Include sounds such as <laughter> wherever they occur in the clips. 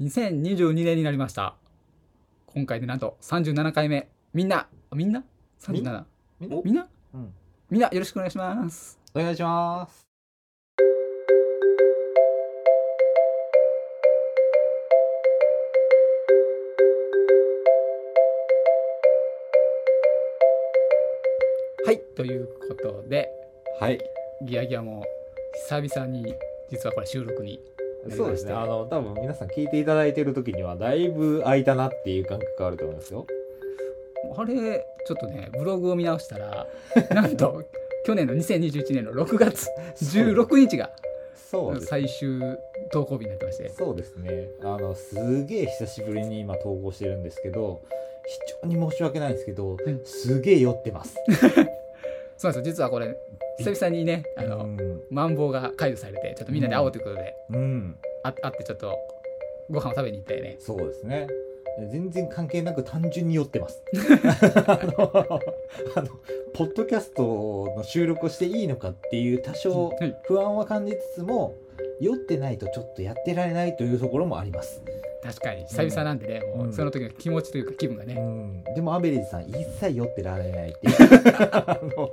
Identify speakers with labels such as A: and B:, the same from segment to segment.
A: 2022年になりました今回でなんと37回目みんなみんな ?37
B: みんな
A: みんな
B: うん
A: みんなよろしくお願いします
B: お願いします。
A: はいということで
B: はい。
A: ギヤギヤも久々に実はこれ収録になりました
B: そうですね。あの、多分皆さん聞いていただいてる時には、だいぶ空いたなっていう感覚があると思いますよ。
A: あれちょっとねブログを見直した
B: <laughs>
A: らなんと去年の2021年の6月16日が
B: そうです。
A: 最終投稿日になってまして
B: そうですね。あの、すげえ久しぶりに今投稿してるんですけど、非常に申し訳ないんですけど
A: うん、
B: すげえ酔って <laughs> ます。
A: そうなんですよ実はこれ久々にねあ
B: う
A: の
B: ん。
A: マンボウが解除されてちょっとみんなで会おうということで、
B: うん。
A: あ会ってちょっとご飯を食べに行ったよね
B: そうですね。全然関係なく単純に酔って <laughs> ます。あの、あのポッドキャストの収録をしていいのかっていう多少、
A: はい
B: 不安は感じつつも酔ってないとちょっとやってられないというところもあります、
A: <laughs> 確かに久々なんでね、もううんその時の気持ちというか気分がね、
B: でもアベレージさん一切酔ってられな
A: <laughs>
B: いっていうあの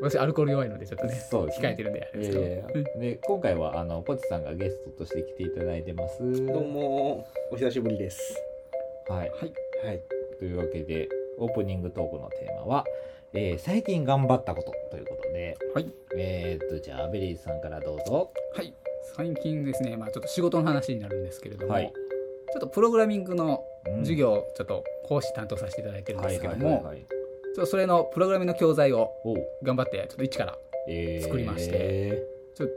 A: 私アルコール弱いのでちょっとね
B: そうですね
A: 控えてるんであれで
B: い
A: す
B: やい
A: けど
B: やいやで今回はあのポチさんがゲストとして来ていただいてます
C: どうもお久しぶりです。
B: はい、
A: はい
C: はい。
B: というわけでオープニングトークのテーマは、えー最近頑張ったこと」ということで、
A: はい
B: えーっとじゃあアベレージさんからどうぞ
A: はい最近ですね、まあ、ちょっと仕事の話になるんですけれども、
B: は
A: ちょ
B: い
A: っとプログラミングの
B: うん
A: 授業をちょっと講師担当させていただいてるん
B: は
A: で
B: い
A: すけ
B: は
A: ど
B: いはい
A: も
B: はい
A: ちょっとそれのプログラミングの教材を
B: おう
A: 頑張ってちょっと一から
B: えー
A: 作りましてちょっ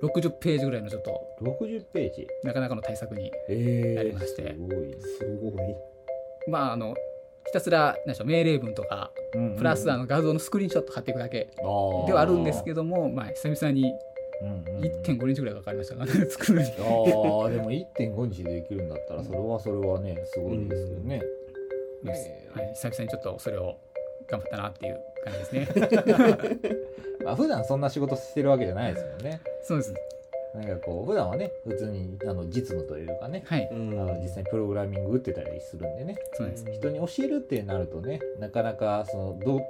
A: と60ページぐらいのちょっと
B: 60ページ
A: なかなかの対策に
B: え
A: ありまして
B: すごい
C: すごい。
A: まああのひたすら何でしょう命令文とかプラスあ
B: の
A: の画像のスクリーンショット貼っていくだけ
B: で
A: ではあるんですけ
B: ど、
A: どもまあ久々に
B: 1.5
A: 1.5日ぐらいかかりました <laughs> からね作るに
B: あーでも1.5日でできるんだったらそれはそれはねすごいですよ
A: <laughs>
B: ね、ね
A: はい、久々にちょっとそれを頑張ったなっていう感じですね
B: <laughs> まあ普段そんな仕事してるわけじゃないですもんね
A: そうです
B: なんかこう普段はね普通にあの実務というかね
A: はい
B: あの実際にプログラミング打ってたりするんでね
A: そうです
B: 人に教えるってなるとねなかなかそのど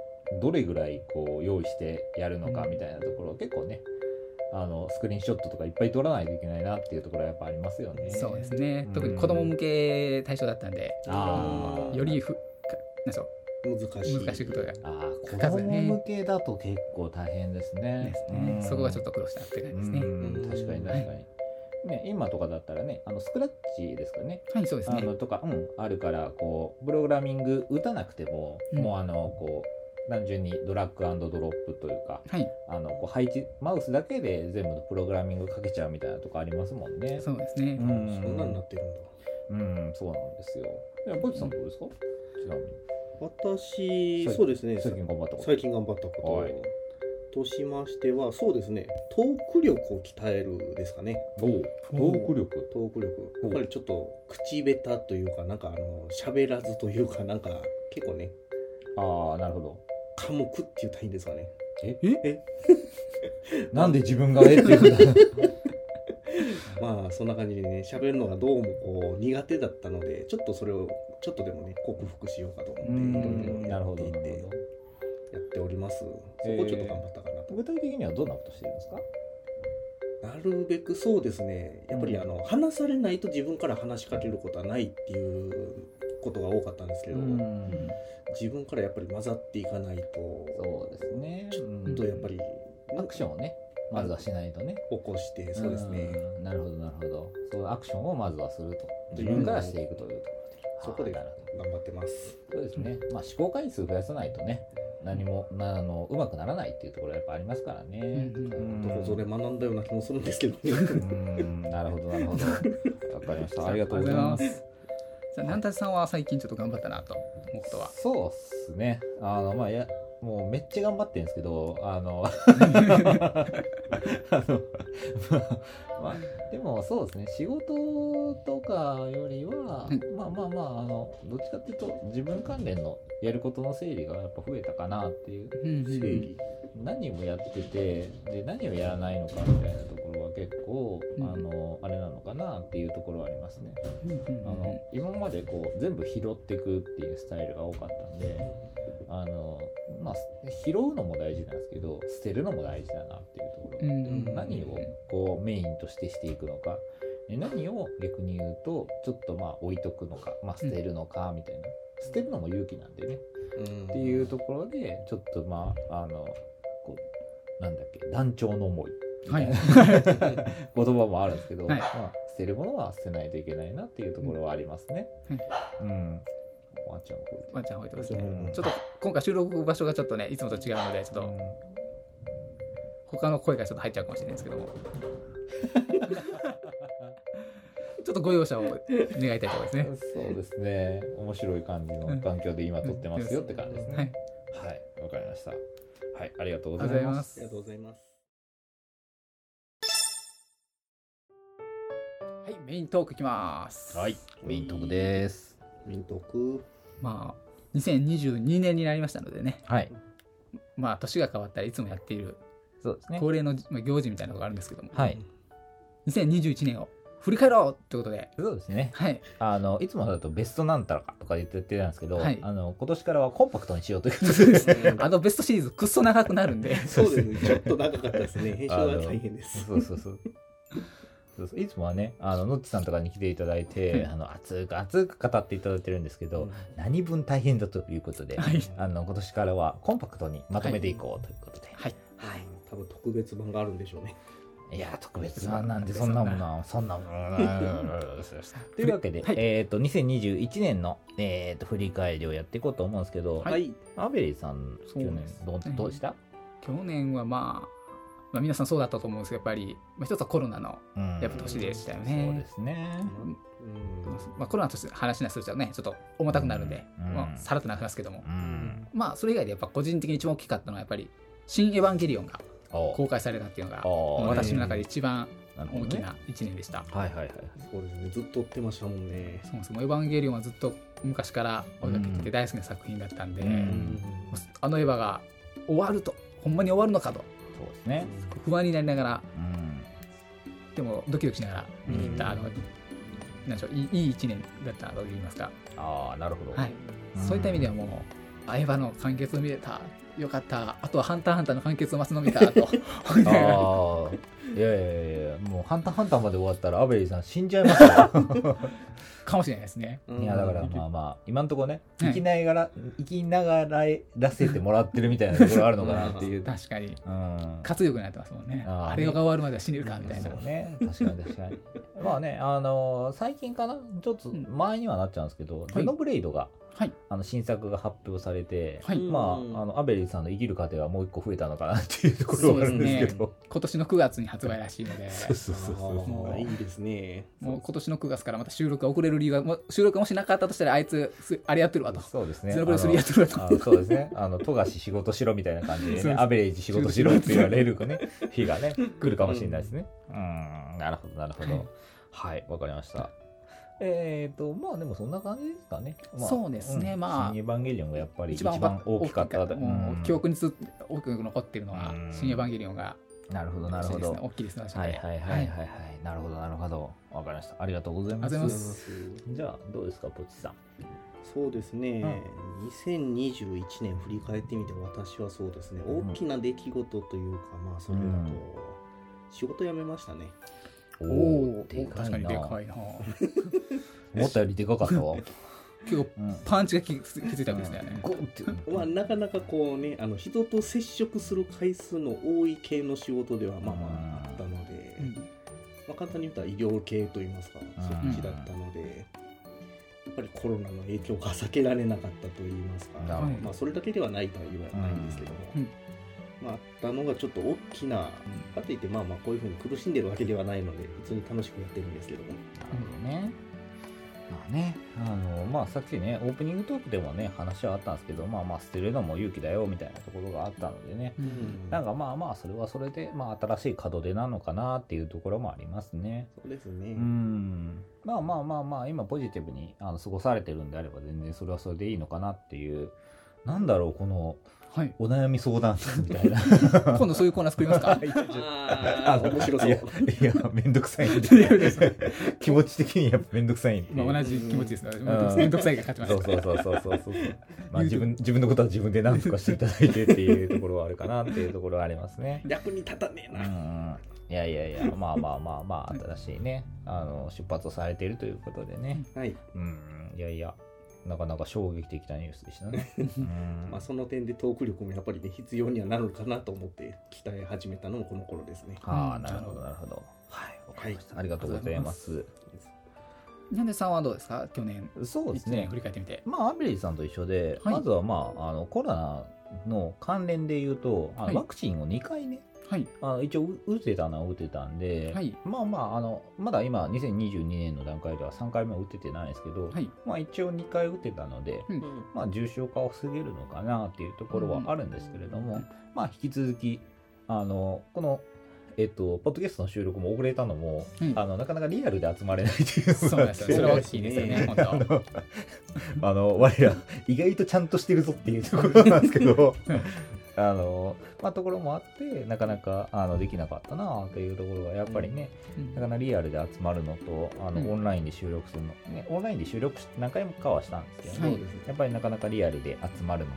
B: どれぐらいこう用意してやるのかみたいなところ、結構ねあのスクリーンショットとかいっぱい撮らないといけないなっていうところはやっぱありますよね。
A: そうですね
B: うん
A: 特に子供向け対象だったんで
B: あー
A: よりふかなんでしょ
C: 難し
A: う
C: い。
A: 難しいことが
B: ああ
A: 書
B: 子
A: かずね
B: 供向けだと結構大変ですね
A: で。すねそこがちょっ
B: と
A: と苦労したって感じですね
B: 確かに確かに。
A: は
B: ね、今とかだったらねあのスクラッチですかね
A: はいそうです
B: あ
A: ね
B: のとか、うん、あるからこうプログラミング打たなくても、
A: うん
B: もうあのこう単純にドラッグドロップというか
A: はい
B: あのこう配置マウスだけで全部のプログラミングかけちゃうみたいなとこありますもんね。
A: そうですね
B: うん
C: そんなんなってるんだ。
B: うんそうなんですよ。いやポチさんどうですか？ちなみに
C: 私
B: 最近
C: そうですね。
B: 最近頑張ったこと。
C: 最近頑張ったこ
B: はい
C: ととしましてはそうですね。トーク力を鍛えるですかね。
B: おうトーク力。
C: トーク力。
B: お
C: やっぱりちょっと口下手というかなんかあの喋らずというかなんか結構ね
B: ああなるほど。
C: 科目って言ったらいいんですかね。
B: なんで自分がえって言うんだ。
C: <laughs> まあそんな感じでね喋るのがどうもこう苦手だったのでちょっとそれをちょっとでもね克服しようかと思っ
B: う
C: ていろい
B: ん
C: ろ
B: な
C: や
B: る
C: っ
B: ほ
C: て
B: ど
C: い
B: な
C: て
B: るほど。
C: やっております。そこをちょっと頑張ったかなと。
B: 具体的にはどんなことしてるんですか？
C: なるべくそうですね。やっぱりあの、話されないと自分から話しかけることはないっていうことが多かったんですけど、
B: うん
C: 自分からやっぱり混ざっていかないと、
B: そうですね。ち
C: ちょっとやっぱり
B: アクションをねまずはしないとね。
C: 起こして、そうですね。
B: うん。なるほどなるほど。そうアクションをまずはすると自分からしていくというとこ
C: そ
B: ろ
C: こ
B: で。
C: で
B: あー
C: 頑
B: なるほど
C: 張ってます。
B: そうですね、まあ、試行回数増やさないとね何もなあのうまくならないっていうところはやっぱありますからね。
A: うんうん
C: どこぞれ学んだような気もするんですけどね。
B: うんなるほどなるほど。わかりま <laughs> した。ありがとうございます。
A: すじゃあ南達さんは最近ちょっと頑張ったなと思うことは
B: そうっすね。あのまあいやもうめっちゃ頑張ってるんですけどあの <laughs> あの、 <laughs> まあまあ、でもそうですね仕事とかよりは、
A: はい
B: まあまあまああのどっちかっていうと自分関連のやることの整理がやっぱ増えたかなっていう
A: うんうんうん
C: 整理。
B: 何をやっててで何をやらないのかみたいなところは結構、
A: うん
B: あのあれなのかなっていうところはありますね。
A: うん
B: あの今までこう全部拾っていくっていうスタイルが多かったんであの、まあ、拾うのも大事なんですけど捨てるのも大事だなっていうところ
A: う、んうん
B: 何をこうメインとしてしていくのかで何を逆に言うとちょっとまあ置いとくのか、まあ、捨てるのかみたいな、捨てるのも勇気なんでね
C: うん
B: っていうところでちょっとまああのこうなんだっけ断腸の思い
A: はい
B: <laughs> 言葉もあるんですけど、
A: はい
B: まあ、捨てるものは捨てないといけないなっていうところはありますね。うん。おばあちゃんもこ
A: ワンちゃん吠えてますね
B: うん
A: ちょっと今回収録場所がちょっとねいつもと違うのでちょっと
B: れうん
A: 他の声がちょっと入っちゃうかもしれないですけどもちょっとご容赦を願いたいところですね
B: そうですね。面白い感じの環境で今撮ってますよって感じですね。
A: はい
B: はい、わかりました。はい、ありがとう
A: ありがとうご
B: ござい
A: ざい
B: ま。
A: ます
C: ありが
A: す
C: とうございます
A: はいメイントークいきます
B: はい、メイントークです。
C: 民徳
A: まあ2022年になりましたのでね
B: はい、
A: まあ年が変わったらいつもやっている
B: そうですね。
A: 恒例の、まあ、行事みたいなのがあるんですけども、
B: はい、
A: 2021年を振り返ろうということで
B: そうですね。
A: はい
B: あのいつもだとベストなんたらかとか言っててたんですけど、
A: はい
B: あの今年からはコンパクトにしようということで
A: <laughs>
B: ですね。
A: あのベストシリーズくっそ長くなるんで <laughs>
C: そうですねちょっと長かったですね編集は大変
B: <laughs>
C: です
B: そうそうそう。そうそういつもはね、あの、ノッチさんとかに来ていただいて、
A: はい
B: あの、熱く熱く語っていただいてるんですけど、
C: うん
B: 何分大変だということで、
A: はい
B: あの、今年からはコンパクトにまとめていこうということで。
A: はい
C: はい多分特別版があるんでしょうね
B: い、やー、特別版なんで、そんなものは、そんなものは。というわけで、
A: はい
B: えっ、と、2021年の、えっ、と、振り返りをやっていこうと思うんですけど、
A: はい
C: はい
B: アベリーさん、
A: そ
B: 去
A: う
B: 年
A: です
B: どう
A: ね
B: どうでした、
A: 去年はまあまあ皆さんそうだったと思うんですけどやっぱり、まあ、一つはコロナの
B: う
A: や
B: ん
A: っぱ年でしたよ
B: そう
A: ね
B: で、すね。
C: う
A: まあ、コロナとして話しなするとねちょっと重たくなるんで、
B: うん
A: まあ、さらっとなくなすけども、
B: うん。
A: まあそれ以外でやっぱ個人的に一番大きかったのはやっぱり「新エヴァンゲリオン」が
B: お
A: 公開されたっていうのが
B: おー
A: 私の中で一番
B: なるほど
A: 大き
B: ね。
A: な1年でした、
B: はいはいはい。
C: んそうですねずっと追ってましたもんね
A: そうですもうエヴァンゲリオンはずっと昔から追いかけてて大好きな作品だったんで、
B: う
C: うんん
A: あのエヴァが終わるとほんまに終わるのかと
B: そうですね。
A: 不安になりながら
B: うん。
A: でもドキドキしながら見に行った、
C: うん
A: あのなんでしょういいいい1年だったといいますか、
B: ああ、なるほど。
A: はい、そういった意味ではもうあエヴァの完結を見れたよかったあとは「ハンターハンター」の完結を待つのみたと
B: ああー、いやいやいやいや、もうハンターハンターまで終わったらアベリーさん死んじゃいますよ。
A: かもしれないですね
C: うん
B: いやだからまあまあ今んとこね、
A: はい
B: 生きながら生きながらえらせてもらってるみたいなところあるのかなっていう。
A: <laughs> 確かに
B: うん。
A: 活力になってますもんね
B: あー
A: あれが終わるまでは死ねるかみたいな
B: そうね確かに確かに <laughs> まあねあのー最近かなちょっと前にはなっちゃうんですけど「
A: い
B: ゼノブレイドが」
A: はい
B: あの新作が発表されて、
A: はい
B: ま
C: うん
B: ああのアベリーさんの生きる過程はもう一個増えたのかなっていうところがあるんですけど
A: 今年の9月に発売らしいので
B: そうそうそう
C: あ
A: も
C: あ
A: う
C: いいですね
A: もう今年の9月からまた収録が遅れる理由がもう収録がもしなかったとしたらあいつすあれやってるわと
B: そうですね
A: ゼロブレイド3やってるわ
B: あ
A: と
B: のあのそうですねあの富樫仕事しろみたいな感じで
A: そう
B: ね
A: です
B: アベレージ仕事しろって言われるね日がね来るかもしれないですねうんなるほどなるほどはいわかりましたえーとまあでもそんな感じですかね、まあ
A: そうですね
B: ん
A: まあ
B: 新エヴァンゲリオンがやっぱり一
A: 一番
B: 番大きかった
A: 大きもう記憶にずっと大きく残ってるのは
B: うん
A: 「新エヴァンゲリオン」が
B: うんなるほどなるほど、
A: 大きいですね大きいですね
B: はい
A: 私の中で
B: はいはいはいはい、なるほどなるほどわかりましたありがとうございます
A: ありがとうございます
B: じゃあどうですかポチさん
C: そうですね、2021年振り返ってみて私はそうですね大
B: ん
C: きな出来事というか、まあそれだと、
B: うん
C: 仕事辞めましたね
A: お
B: お
A: お
B: ーでか
A: 確か
B: い
A: に
B: な
A: でかいな
B: 思ったよりでか
A: <laughs>
B: かったわ、
A: 結構
B: うん
A: パンチがききついたわけですよね
B: ゴーって
C: まあなかなかこうねあの人と接触する回数の多い系の仕事ではまあまああったので、
A: うん
C: まあ、簡単に言ったら医療系といいますか
B: ん
C: そっちだったのでやっぱりコロナの影響が避けられなかったといいますか、
B: なる
A: ほど
C: まあ、それだけではないとは言わないんですけども、
A: うん
C: まあ、あったのがちょっと大きなかといってまあまあこういうふうに苦しんでるわけではないので普通に楽しくやってるんですけども、
B: なるほどね。まあね、あの、まあさっきね、オープニングトークでもね、話はあったんですけど、まあまあ捨てるのも勇気だよみたいなところがあったのでね、
A: うん
B: なんかまあまあそれはそれで、まあ新しい門出なのかなっていうところもありますね。
C: そうですね、
B: うん。まあまあまあまあ、今ポジティブにあの過ごされてるんであれば全然それはそれでいいのかなっていうなんだろうこの
A: はい
B: お悩み相談室みた
A: <laughs>
B: いな
A: 今度そういうコーナー作りますか
C: あー面白そ
B: いうやいやめんどくさいん
A: いや
B: で
A: いやそう
B: <laughs> 気持ち的にやっぱめんどくさいんで
A: まあ同じ気持ちです面倒くさいが勝ちま
B: そう
A: した
B: そうそうそうそうそう <laughs> まあ自分自分のことは自分で何とかしていただいてっていうところはあるかなっていうところはありますね
C: 役に立たねえ
B: うんう
C: な。
B: んいやいやいやまあまあまあまあ新しいねあの出発をされているということでね
C: はい。
B: うんいやいやなかなか衝撃的なニュースでしたねうん
C: まあその点でトーク力もやっぱりね必要にはなるのかなと思って鍛え始めたのもこの頃ですね。
B: ああなるほどなるほどはいわかりました、ありがとうございます
A: なんでさんはどうですか去年
B: そうです
A: 1年
B: ね
A: 振り返ってみて
B: まあアベレージさんと一緒で、
A: はい
B: まずはまああのコロナの関連で言うとあの
A: はい
B: ワクチンを2回ね、
A: はい
B: あの一応う打てたのは打てたんで、
A: はい
B: まあまああのまだ今2022年の段階では3回目は打ててないですけど、
A: はい
B: まあ一応2回打てたので、
A: う
B: まあ、重症化を防げるのかなっていうところはあるんですけれど
A: う
B: も、
A: ん
B: まあ、引き続きあのこの、えっと、ポッドキャストの収録も遅れたのも、
A: うん
B: あのなかなかリアルで集まれないというの
A: そう
B: が
A: なん
B: あ
A: で
B: っ
A: す
B: て
A: よそれは大きいですよね本当
B: あの <laughs> あの我ら意外とちゃんとしてるぞっていうところなんですけど
A: うん
B: あの、まあ、ところもあってなかなかあのできなかったなというところがやっぱりね、なかなかリアルで集まるのとあの、
A: うん
B: オンラインで収録するの、ね、オンラインで収録し何回もかはしたんですけどね、
C: そうですね。
B: やっぱりなかなかリアルで集まるの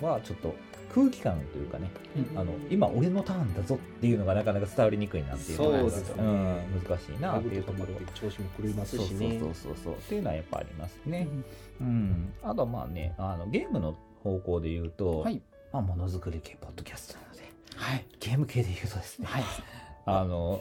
B: とはちょっと空気感というかねあの今俺のターンだぞっていうのがなかなか伝わりにくいなっていうのが
A: そうですね
B: うん、難しいな
C: ラ
B: って
C: ブ
B: いう
C: と
B: と
C: か
B: こ
C: もあっ
B: ろ
C: て調子も狂いますしね。
B: そうそうそうそうそうっていうのはやっぱありますね、うん、あとはまあねあのゲームの方向で言うと、
A: はい
B: まあ、ものづくり系ポッドキャストなので
A: はい
B: ゲーム系で言うとですね
A: はい
B: あの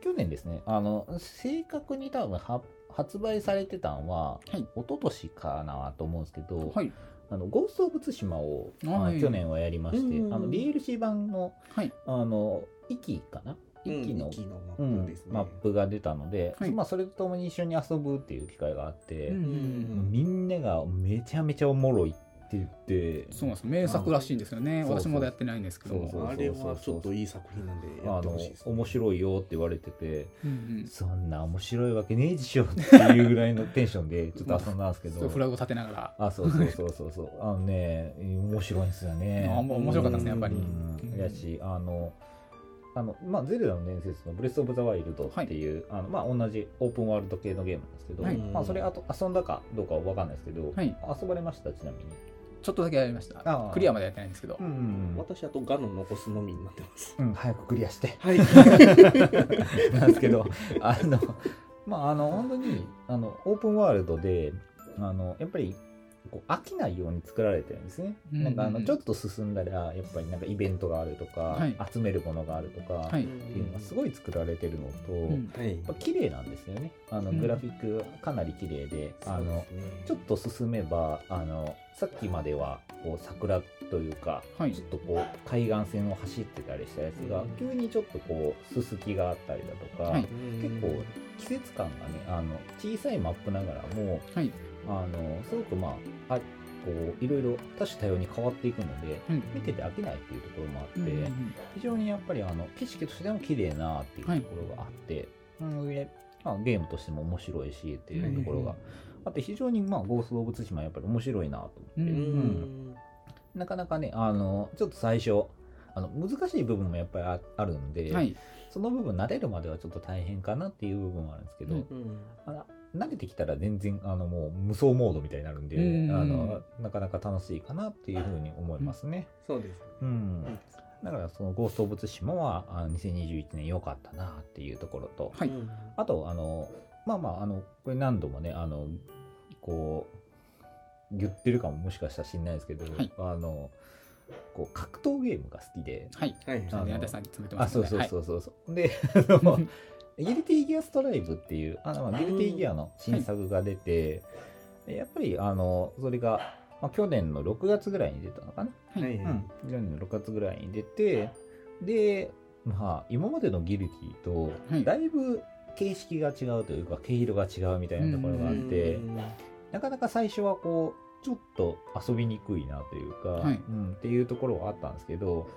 B: 去年ですねあの正確に多分は発売されてたのは、
A: はい
B: 一昨年かなと思うんですけど、
A: はい
B: あのゴースト・オブ・ツシマを、あの
A: はい
B: 去年はやりまして、
C: うん
B: あの DLC 版の
A: はい
B: あの息かな
C: うん
B: 息の、
C: 息のマ
B: うん
C: ップですね。
B: マップが出たので、
A: はい
B: まあ、それとともに一緒に遊ぶっていう機会があって、
A: うん
C: うん
B: みんながめちゃめちゃおもろいって言って
A: そうなんです名作らしいんですよね
B: そうそう
A: 私まだやってないんですけど
B: そうそう
A: も
C: あれはちょっといい作品なんでや
B: あ
C: って
B: の
C: ほしいですね。
B: 面白いよって言われてて、
A: うんうん
B: そんな面白いわけねえでしょっていうぐらいのテンションでちょっと遊んだんですけ
A: そう
B: ど
A: フラグを立てながら
B: あそうそうそうそうそうあのね面白いんですよね
A: あもう面白かったですねやっぱり
B: うん
A: うん
B: やしあのあのまあ、ゼルダの伝説の「ブレス・オブ・ザ・ワイルド」っていう、あのまあ、同じオープンワールド系のゲームなんですけど、
A: はい
B: まあ、それあと遊んだかどうかは分かんないですけど、
A: はい
B: 遊ばれましたちなみに、
A: ちょっとだけやりまし
B: あ
A: た
B: ー
A: クリアまでやってないんですけど
B: うん
C: 私あとガノ残すのみになってます。
B: うん、早くクリアして
C: はい。
B: なんですけどあのまああの本当にあのオープンワールドであのやっぱりこう飽きないように作られてるんですね、
A: うんうんうん
B: なんかあのちょっと進んだらやっぱりなんかイベントがあるとか、
A: はい
B: 集めるものがあるとか、
A: は
B: っ
A: い
B: ていうのがすごい作られてるのと、
A: う
B: や
A: ん
C: はい。
B: っぱ綺麗なんですよねあの
A: うん
B: グラフィックかなり綺麗で、あの
C: そうですね
B: ちょっと進めばあのさっきまではこう桜というか
A: はい
B: ちょっとこう海岸線を走ってたりしたやつが、
C: うん
B: 急にちょっとこうすすきがあったりだとか、
A: はい
C: うん
B: 結構季節感がねあの小さいマップながらも
A: はい
B: あのすごくまああこういろいろ多種多様に変わっていくので
A: うん
B: 見てて飽きないっていうところもあって、
A: うんうんうん
B: 非常にやっぱりあの景色としても綺麗なっていうところがあって、うんでまあ、ゲームとしても面白いしっていうところが、あって非常にまあゴースト・オブ・ツシマやっぱり面白いなと思って、
A: う
C: うんん。
B: なかなかねあのちょっと最初あの難しい部分もやっぱりああるんで、
A: はい
B: その部分慣れるまではちょっと大変かなっていう部分はあるんですけど、
A: うん
C: うん
B: あら慣れてきたら全然あのもう無双モードみたいになるんで、
A: うん
B: あのなかなか楽しいかなっていうふうに思いますね。
C: そうです。
B: うん
C: うん
B: だからその「ゴースト・オブ・ツシマ」はあの2021年良かったなっていうところと
A: はい
C: うん
B: あとあのまあまああのこれ何度もねあのこう言ってるかももしかしたら知んないですけど、
A: はい
B: あのこう格闘ゲームが好きで。
A: はい
C: はい。
B: あの
A: 宮田さんに詰めてま
B: あ
A: す
B: そう
A: ね
B: そう
A: はい
B: そうそうそう、であのギルティギアストライブっていうあの、まあ、ギルティギアの新作が出て、やっぱりあのそれが、まあ、去年の6月ぐらいに出たのかな、
A: はい
C: はい
B: うん、去年の6月ぐらいに出てでまあ今までのギルティと
A: はい
B: だいぶ形式が違うというか毛色が違うみたいなところがあって、
C: うん
B: なかなか最初はこうちょっと遊びにくいなというか、
A: はい
B: うん、っていうところはあったんですけど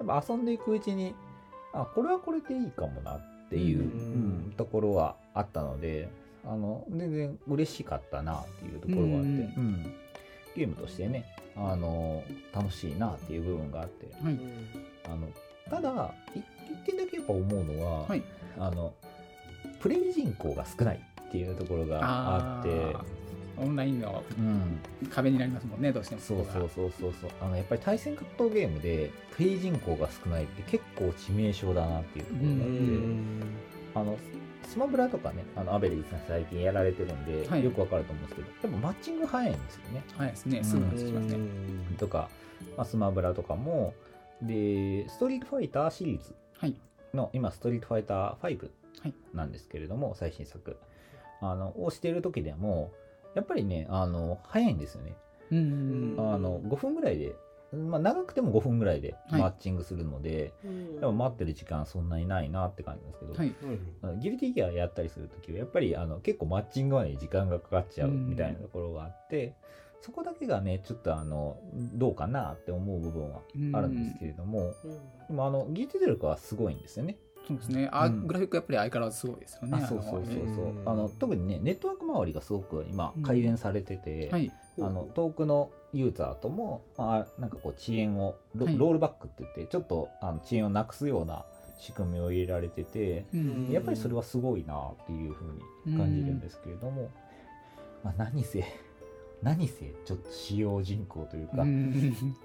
B: やっぱ遊んでいくうちにあこれはこれでいいかもなってい
A: う
B: う、
A: ん
B: うんところはあったのであの全然嬉しかったなっていうところがあっ
A: う
B: て、
A: ん
B: うんゲームとしてねあの楽しいなっていう部分があって
A: は
C: う
A: い
C: ん
B: あのただい一点だけやっぱ思うのは、
A: はい
B: あのプレイ人口が少ないっていうところがあって
A: ーオンラインの
B: うん、
A: 壁になりますもんねどうしても
B: そうそうそうそうそうあのやっぱり対戦格闘ゲームでプレイ人口が少ないって結構致命傷だなっていうところ
C: う
B: があって、
C: ん
B: あのスマブラとかねあのアベレージさん最近やられてるんで、
A: はい
B: よくわかると思うんですけどやっぱマッチング早いんですよね
A: 早いですねすぐ話しますね
B: とか、まあ、スマブラとかもでストリートファイターシリーズ
A: はい
B: の今ストリートファイター5
A: はい
B: なんですけれども、最新作あのをしている時でもやっぱりねあの早いんですよね
A: うん
B: あの5分ぐらいで、まあ、長くても5分ぐらいで
A: はい
B: マッチングするので、
C: うん
B: でも待ってる時間そんなにないなって感じなんですけど、
A: はい
C: うん
B: あのギルティギアやったりするときはやっぱりあの結構マッチングまで時間がかかっちゃうみたいなところがあって、そこだけがねちょっとあのどうかなって思う部分はあるんですけれども、でもあのギルティギア力はすごいんですよね。
A: そうですねあ、
B: うん
A: グラフィックやっぱり相変わらずすごいですよね
B: あそうそうそうそう、
C: うん
B: あの特にねネットワーク周りがすごく今
A: うん
B: 改善されてて、
A: はい
B: あの遠くのユーザーとも、まあ、なんかこう遅延をロ,、
A: はい
B: ールバックって言ってちょっとあの遅延をなくすような仕組みを入れられてて、
A: うん
B: やっぱりそれはすごいなっていうふうに感じるんですけれども、まあ、何せ何せちょっと使用人口というか、
A: うん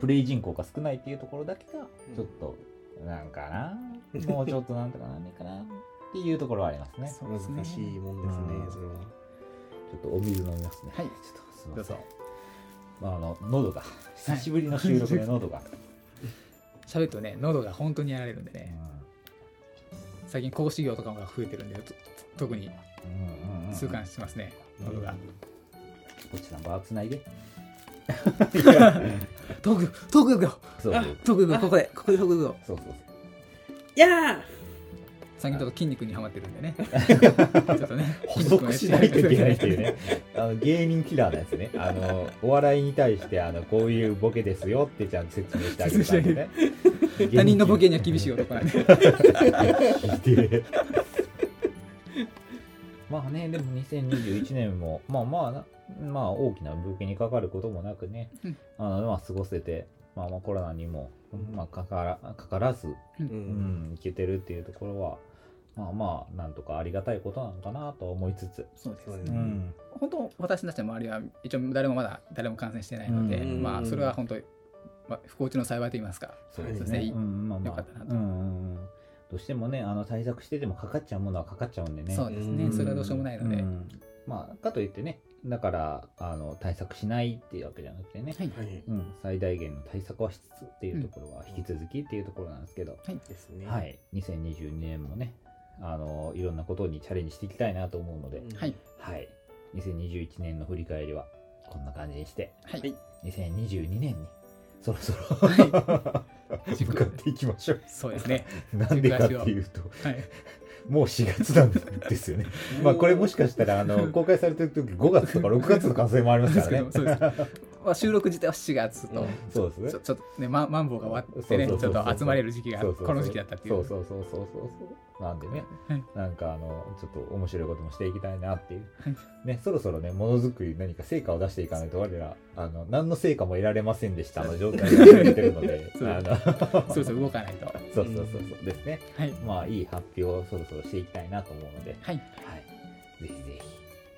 B: プレイ人口が少ないっていうところだけがちょっとなんかな、もうちょっとなんとかなんねえかなっていうところはありますね。
A: そうですね
C: 難しいもんですね
B: うん
C: それは
B: ちょっとお水飲みますね。
A: はい
B: ちょっとすい
A: ど
B: ま
A: う
B: せ
A: ぞ。
B: んまあ、あの喉が久しぶりの収録で喉が、
A: 喋るとね喉が本当にやられるんで
B: う
A: ね
B: ん
A: 最近講師業とかも増えてるんでと特に
B: うんうんうん、
A: 痛感してますね喉が
B: こっちのバーつな
A: <laughs>
B: いで
A: トークトーク力よ
B: そうそう
A: トーク力よここでここでトーク力よ
B: そうそう
C: いや
A: 最近ちょっと筋肉にはまってるん
B: <laughs>
A: でねちょっとね
B: 補足しないといけないっていうねあの芸人キラーのやつねあのお笑いに対してあのこういうボケですよってちゃんと説明してあげたんでね
A: 他人のボケには厳しい男なん
B: <laughs>
A: で
B: でまあねでも2021年もまあまあなまあ大きな病気にかかることもなくね、
A: うん
B: あのまあ過ごせて、まあ、まあコロナにも、まあ、かからかからず、
C: ーう
B: うんん、いけてるっていうところはまあまあなんとかありがたいことなのかなと思いつつ、
A: そうです
C: そう
A: ね
C: ですねん
A: 本当私たちの周りは一応誰もまだ誰も感染してないので、
B: うん
A: まあそれは本当に、まあ、不幸中の幸いと言いますか
B: そう
C: はい
B: です
A: そうです
B: ね
A: ね
B: うんまあまあ
A: よかったなと
B: うんうんうんどうしてもねあの対策しててもかかっちゃうものはかかっちゃうんでね
A: そうですね、
C: うん
A: それはどうしようもないので、
B: うんまあかといってねだからあの対策しないっていうわけじゃなくてね、
A: はい、
C: はい
B: うん、最大限の対策はしつつっていうところは引き続きっていうところなんですけど、
C: ですね
B: はい2022年もねあのいろんなことにチャレンジしていきたいなと思うので、
C: うん
A: はい
B: はい2021年の振り返りはこんな感じにして
A: はい、
C: はい
B: 2022年にそろそろ、向
A: 向
B: か
A: か
B: っ
A: って
B: いきましょう
A: そうですね、
B: なんでかっていうと
A: はい、
B: もう4月なんですよねまあこれもしかしたら
A: <laughs>
B: あの公開されてる時5月とか6月の可能性もありますからね
A: そうですまあ、収録自体は7月と、
C: うん
B: そうですね
A: ちょちょっとねマンマンボウが終わってね
B: そうそう
A: ち
B: そう
A: ょ
B: そ
A: っ
B: う
A: と集まれる時期が
B: そうそうそう
A: この時期だったっていう
B: そうそうそうそうそうそうなんでね、
A: はい
B: なんかあのちょっと面白いこともしていきたいなっていう、
A: はい
B: ねそろそろねものづくり何か成果を出していかないと我らあの何の成果も得られませんでしたの状態が続いてるので
A: <laughs> そう
B: あの
A: そうそう動かないとは
B: そうそうそうそうですね
A: い
B: まあいい発表をそろそろしていきたいなと思うので、
A: はい
B: はい、ぜひぜ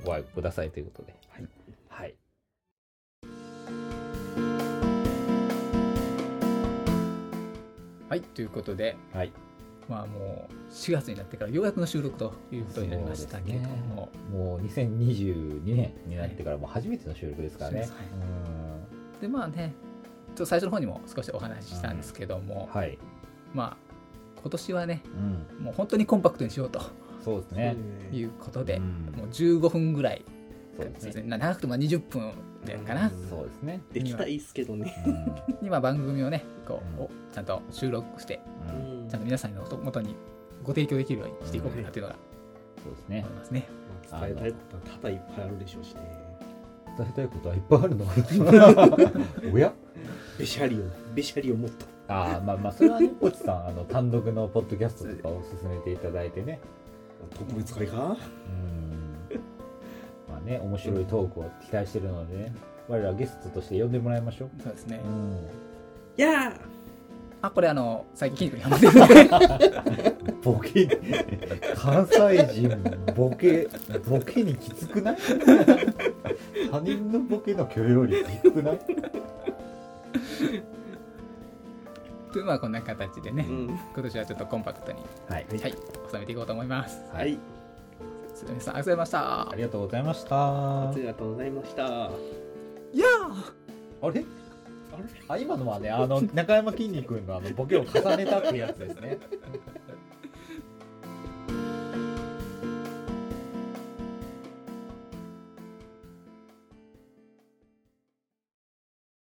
B: ひご愛顧くださいということで
C: はい
B: はい
A: はいということで
B: はい
A: まあもう4月になってからようやくの収録ということになりましたけれども、
B: もう2022年になってからもう初めての収録ですからね、
A: そうですはいでまあねちょっと最初の方にも少しお話ししたんですけども、
B: うんはい、
A: まあ今年はね
B: うん、
A: もう本当にコンパクトにしようと
B: そうです
C: ね
B: ね
A: いうことで、
B: うん
A: もう15分ぐらい
B: そうですね
A: な長くてもまあ20分でかな、
C: うん
B: そうですね。
C: できたらいいっすけどね
B: うん
A: 今番組をねこう、
B: うん
A: おちゃんと収録して
B: うん
A: ちゃんと皆さんのもとにご提供できるようにしていこうかなというのが
B: そうですね
A: 思い。ますね。
C: まあ伝えたいことは多々いっぱいあるでしょうしね
B: 伝えたいことはいっぱいあるの。おや
C: べしゃりをべしゃりをもっと
B: <laughs> ああ、まあまあ、それはね、ポチさん、あの、単独のポッドキャストとかを進めていただいてね。
C: 特別会か
B: うん。まあね、面白いトークを期待してるのでね。我らゲストとして呼んでもらいましょう。
A: そうですね。
B: うん、
C: いやー
A: あ、これあの、最近筋肉にハマってるんで。
B: ボケ関西人ボケボケにきつくない他人のボケの許容量低くない
A: とまあこんな形でね、
C: うん
A: 今年はちょっとコンパクトに、
B: はい
A: はい、収めていこうと思います。
B: は
C: はいい、
A: すみません、ありがとうございました
B: あ。りがとうございました
C: あ
B: あ
C: りがとうございました。
A: いや
B: れあれあ今のはねあの中山きんに君のあのボケを重ねたっていうやつですね